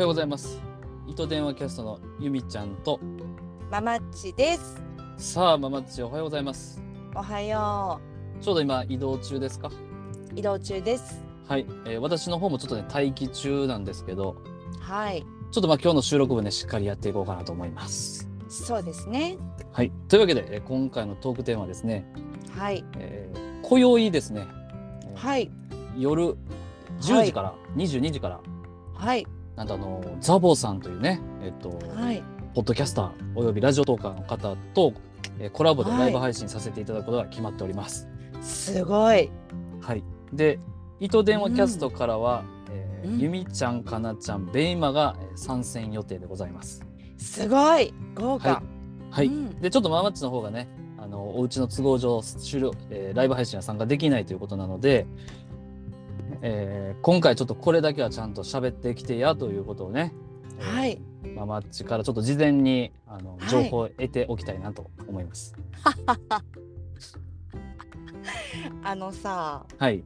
ようございます。糸電話キャストのゆみちゃんと、ママッチです。さあ、ママッチおはようございます。おはよちょうど今移動中ですか。う。移動中です。はい、えー私の方もちょっとね、待機中なんですけど、はい。ちょっとまあ、今日の収録分ね、しっかりやっていこうかなと思います。そうですね。はい、というわけで、えー今回のトークテーマはですね、はい。えー、今宵ですね。えーはい。夜10時から、22時から、はい。なんとあのザボさんというね、えっと、はい。ポッドキャスターおよびラジオトーカーの方と、えーコラボではいライブ配信させていただくことが決まっております。すごい。はい。で、糸電話キャストからは、えーうんゆみちゃん、かなちゃん、ベイマがえー参戦予定でございます。すごい。豪華。はい。うんで、ちょっとママッチの方がね、あのお家の都合上終了、えーライブ配信は参加できないということなので、えー今回ちょっとこれだけはちゃんと喋ってきてやということをね、えーはい。ママッチからちょっと事前にあのはい情報を得ておきたいなと思います。あのさ、はい、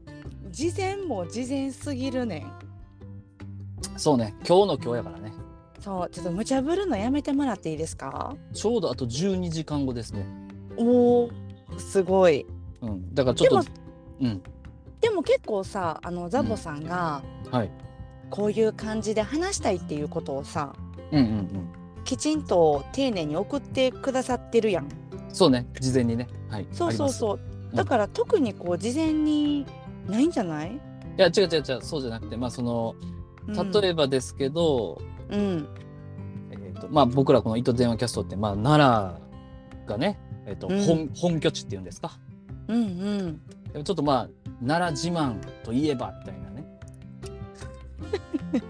事前も事前すぎるねん。そうね、今日の今日やからね。そう、ちょっと無茶ぶるのやめてもらっていいですか。ちょうどあと12時間後ですね。おお。すごい。うん、だからちょっと、うん、でも結構さ、あのザボさんが。はい、こういう感じで話したいっていうことをさ。うんうんきちんと丁寧に送ってくださってるやん。うん、そうね、事前にね、はい、そうそうう。そうう。んだから特にこう事前にないんじゃない？いや違う違う違う、そうじゃなくて、まあその例えばですけど、うん、うん、えっ、とまあ僕らこの糸電話キャストってまあ奈良がね、えっ、と、うん本本拠地っていうんですか。うんうん。でもちょっとまあ奈良自慢といえばみたいな ね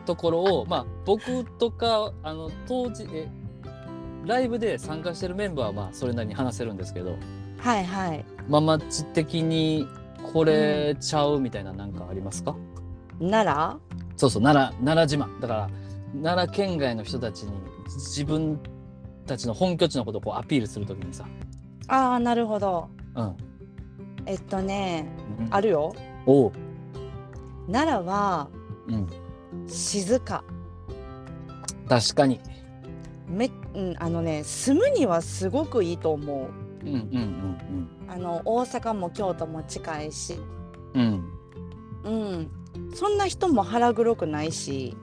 ところをまあ僕とかあの当時えライブで参加してるメンバーはまあそれなりに話せるんですけどはいはい。ママッチ的にこれちゃうみたいななんかありますか、奈そうそう奈良奈良自慢だから奈良県外の人たちに自分たちの本拠地のことをこうアピールするときにさ、良？ああなるほど。うん、えっとねあるよ。おう、奈良はうん、静か。確かにめうんあのね住むにはすごくいいと思う。うんうんあの大阪も京都も近いし、うんうん うんうん。そんな人も腹黒くないし、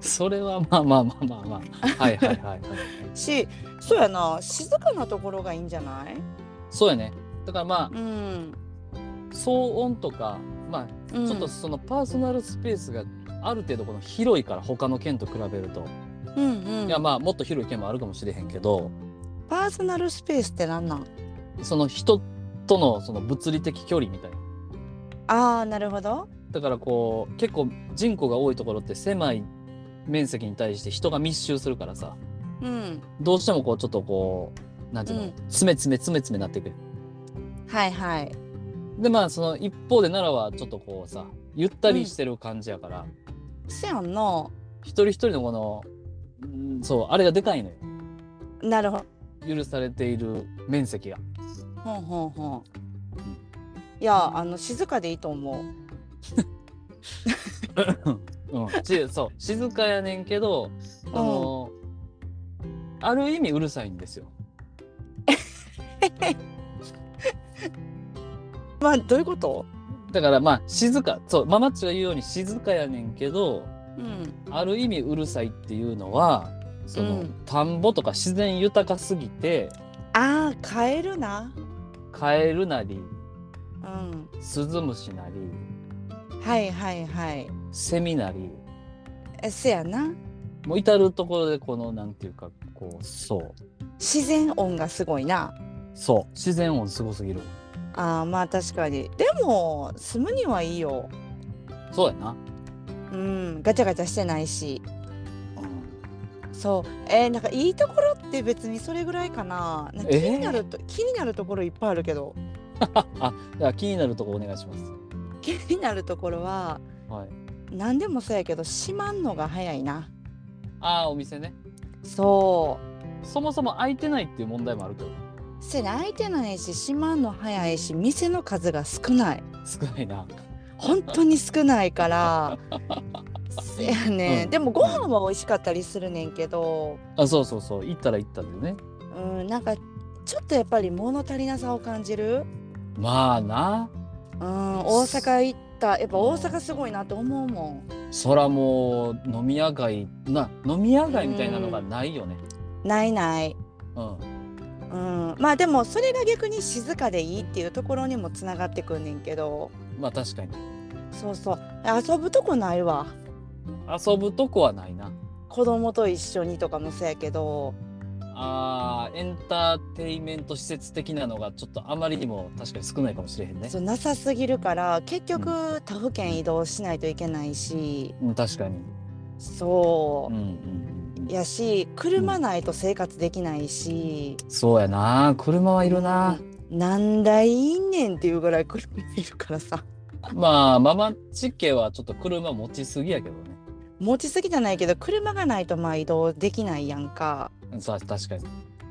それはまあまあまあまあまあ。はいはいはい、はい。し、そうやな、静かなところがいいんじゃない？そうやね。だからまあうん。騒音とか、まあうんちょっとそのパーソナルスペースがある程度この広いから他の県と比べると、うんうんいやまあもっと広い県もあるかもしれへんけど、パーソナルスペースってなんなんその人とのその物理的距離みたいな。ああなるほどだからこう結構人口が多いところって狭い面積に対して人が密集するからさ、うんどうしてもこうちょっとこうなんていうの、うん詰め詰め詰め詰めなっていく。はいはいでまあその一方で奈良はちょっとこうさゆったりしてる感じやから、せやんの一人一人のこの、うんそうあれがでかいのよなるほど許されている面積がほんほんほんいやあの静かでいいと思ううんしそう静かやねんけどあの、ある意味うるさいんですよまあどういうことだからまあ静かそうママッチが言うように静かやねんけどうんある意味うるさいっていうのはその、うん田んぼとか自然豊かすぎてああカエルなカエルなりうんスズムシなりはいはいはいセミなりえせやなもう至る所でこのなんていうかこうそう自然音がすごいなそう自然音すごすぎるあーまあ確かにでも住むにはいいよそうやな、うんガチャガチャしてないしうんそう、えー、なんかいいところって別にそれぐらいかな。なんかえ気ーになると、気になるところいっぱいあるけど、あじゃあ気になるとこお願いします気になるところははい何でもそうやけど閉まんのが早いな。あーお店ねそそもそも空いてないっていう問題もあるけどう、せやね開いてないし閉まんの早いし店の数が少ない。少ないな本当に少ないから、せやね、うんでもご飯は美味しかったりするねんけど、あそうそうそう行ったら行ったんだよねうん、なんかちょっとやっぱり物足りなさを感じる、まあなうん、大阪行ったやっぱ大阪すごいなって思うもんそらもう飲み屋街な飲み屋街みたいなのがないよねないない、うん、うん、まあでもそれが逆に静かでいいっていうところにもつながってくんねんけどまあ確かにそうそう遊ぶとこないわ遊ぶとこはないな子供と一緒にとかもそうやけどあーエンターテイメント施設的なのがちょっとあまりにも確かに少ないかもしれへんねそうなさすぎるから結局他府県移動しないといけないしうん確かにそうんうんうんうんうやし車ないと生活できないし、そうやな車はいるな、何台いんねんっていうぐらい車いるからさまあママチッケはちょっと車持ちすぎやけどね持ちすぎじゃないけど車がないとまあ移動できないやんかうんさ確かに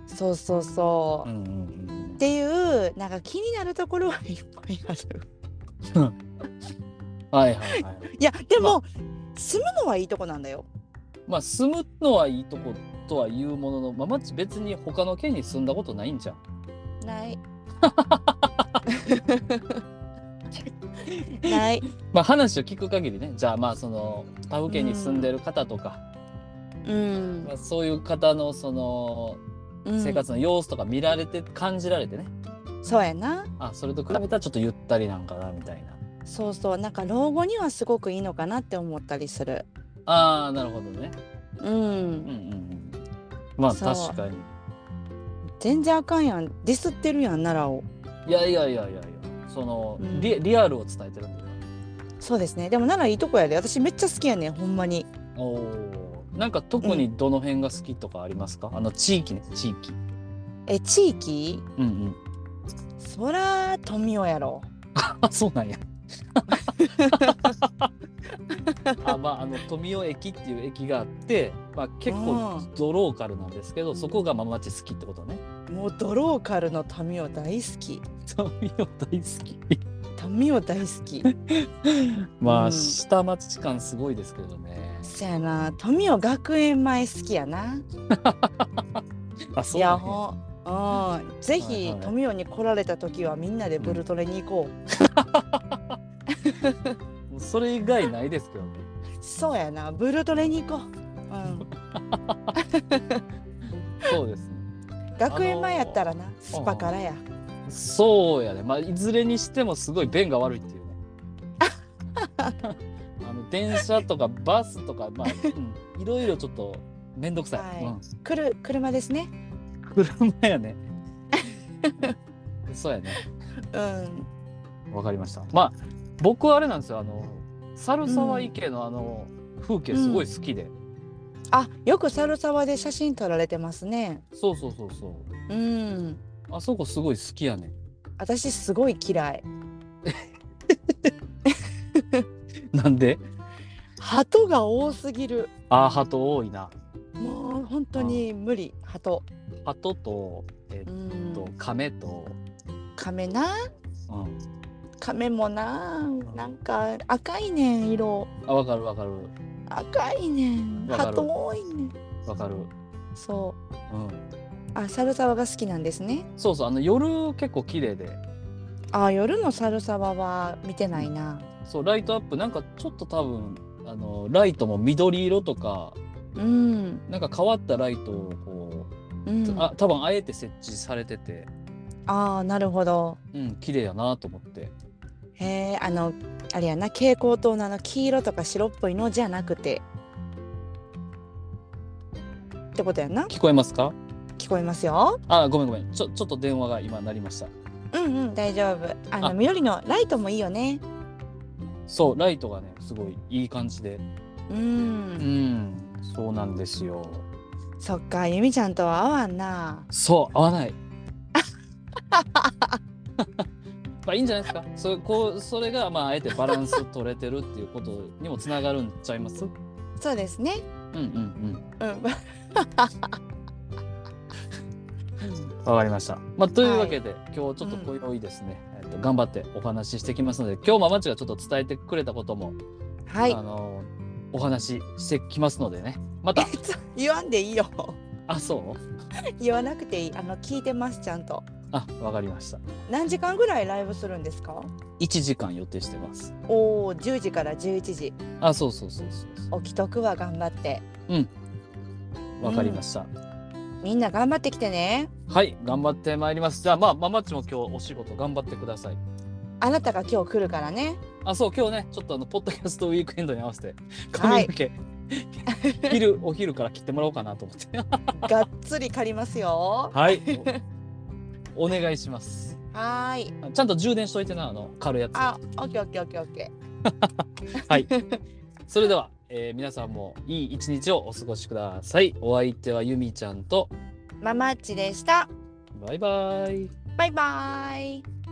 そうそうそうう、んうんっうんていうなんか気になるところはいっぱいあるはいはいはい いやでも、住むのはいいとこなんだよまあ住むのはいいとことは言うもののママチ別に他の県に住んだことないんじゃんない ないまあ話を聞く限りねじゃあまあその他府県に住んでる方とか、うんまあ、そういう方のそのうん生活の様子とか見られて感じられてね、そうやなあそれと比べたらちょっとゆったりなんかなみたいなそうそうなんか老後にはすごくいいのかなって思ったりするああなるほどねううんんうんうんまあそう確かに全然あかんやんディスってるやん奈良をいやいやいやいやいやその、うんリリアルを伝えてるんだよそうですねでも奈良いいとこやで私めっちゃ好きやねんほんまにおおーなんか特にどの辺が好きとかありますか、あの地域ね地域え地域うんうんそら富雄やろあそうなんやあまあ、あの富雄駅っていう駅があって、まあ、結構うんドローカルなんですけど、そこがママチ好きってことね。もうドローカルの民を大好き富雄大好き。民を大好きまあ、うん下町感すごいですけどね。そやな民を学園前好きやなあ、そいうなんやや。ほんうん、ぜひ、はいはい富雄に来られた時はみんなでブルトレに行こう、もうそれ以外ないですけどね。そうやなブルトレに行こう、うん、そうですね。学園前やったらな、スパからや、そうやね。まあ、いずれにしてもすごい便が悪いっていうね。 あの電車とかバスとか、まあ、うんいろいろちょっとめんどくさい。はいうんくる車ですね車やね。 そうやね。うんわかりました。まあ僕はあれなんですよ。あの猿沢池のあの風景すごい好きで。あよく猿沢で写真撮られてますねそうそうそうそう。うんあそこすごい好きやね。私すごい嫌いなんで？鳩が多すぎるあー鳩多いな。もう本当に無理鳩鳩とえうっとん亀と。亀なうん。亀もななんか赤いねん色あわかるわかる赤いねんわかる鳩多いねんわかる。そうん。うあ猿沢が好きなんですねそうそうあの夜結構綺麗で。あ夜の猿沢は見てないなそうライトアップなんかちょっと多分あのライトも緑色とかうん、なんか変わったライトをこううん、ああ多分あえて設置されてて、あーなるほどうん、綺麗やなと思ってへえあのあれやな蛍光灯のあの黄色とか白っぽいのじゃなくてってことやな聞こえますか聞こえますよあごめんごめんちょちょっと電話が今鳴りましたうんうん大丈夫あのあ緑のライトもいいよねそうライトがねすごいいい感じでううんんそうなんですよそっかゆみちゃんとは合わんなそう合わない まあいいんじゃないですかそこうそれがまああえてバランス取れてるっていうことにもつながるんちゃいますうんそうですねうんうんうんわかりました。まあ、というわけで、今日ちょっと今宵ですね、えっと、頑張ってお話ししてきますので、今日ママチがちょっと伝えてくれたことも、はいあのお話ししてきますのでね。また、 言わんでいいよあ、そう言わなくていいあの聞いてますちゃんとあ、わかりました。何時間ぐらいライブするんですか1時間予定してます。おお10時から11時あ、そうそうそうそうおきとくは頑張ってそう。わかりました。みんな頑張ってきてねはい、頑張ってまいります。じゃあ、まあ、ママッチも今日お仕事頑張ってください。あなたが今日来るから ねあ、そう、今日ね、ちょっとあの、ポッドキャストウィークエンドに合わせて、髪の毛、昼、お昼から切ってもらおうかなと思って。がっつり借りますよはい。お願いします。はーいちゃんと充電しといてな、あの、軽いやつ。あオッケーオッケーオッケーオッケはい。それでは、えー皆さんもいい一日をお過ごしください。お相手はゆみちゃんと、ーママッチでしたバイバイ。バイバーイ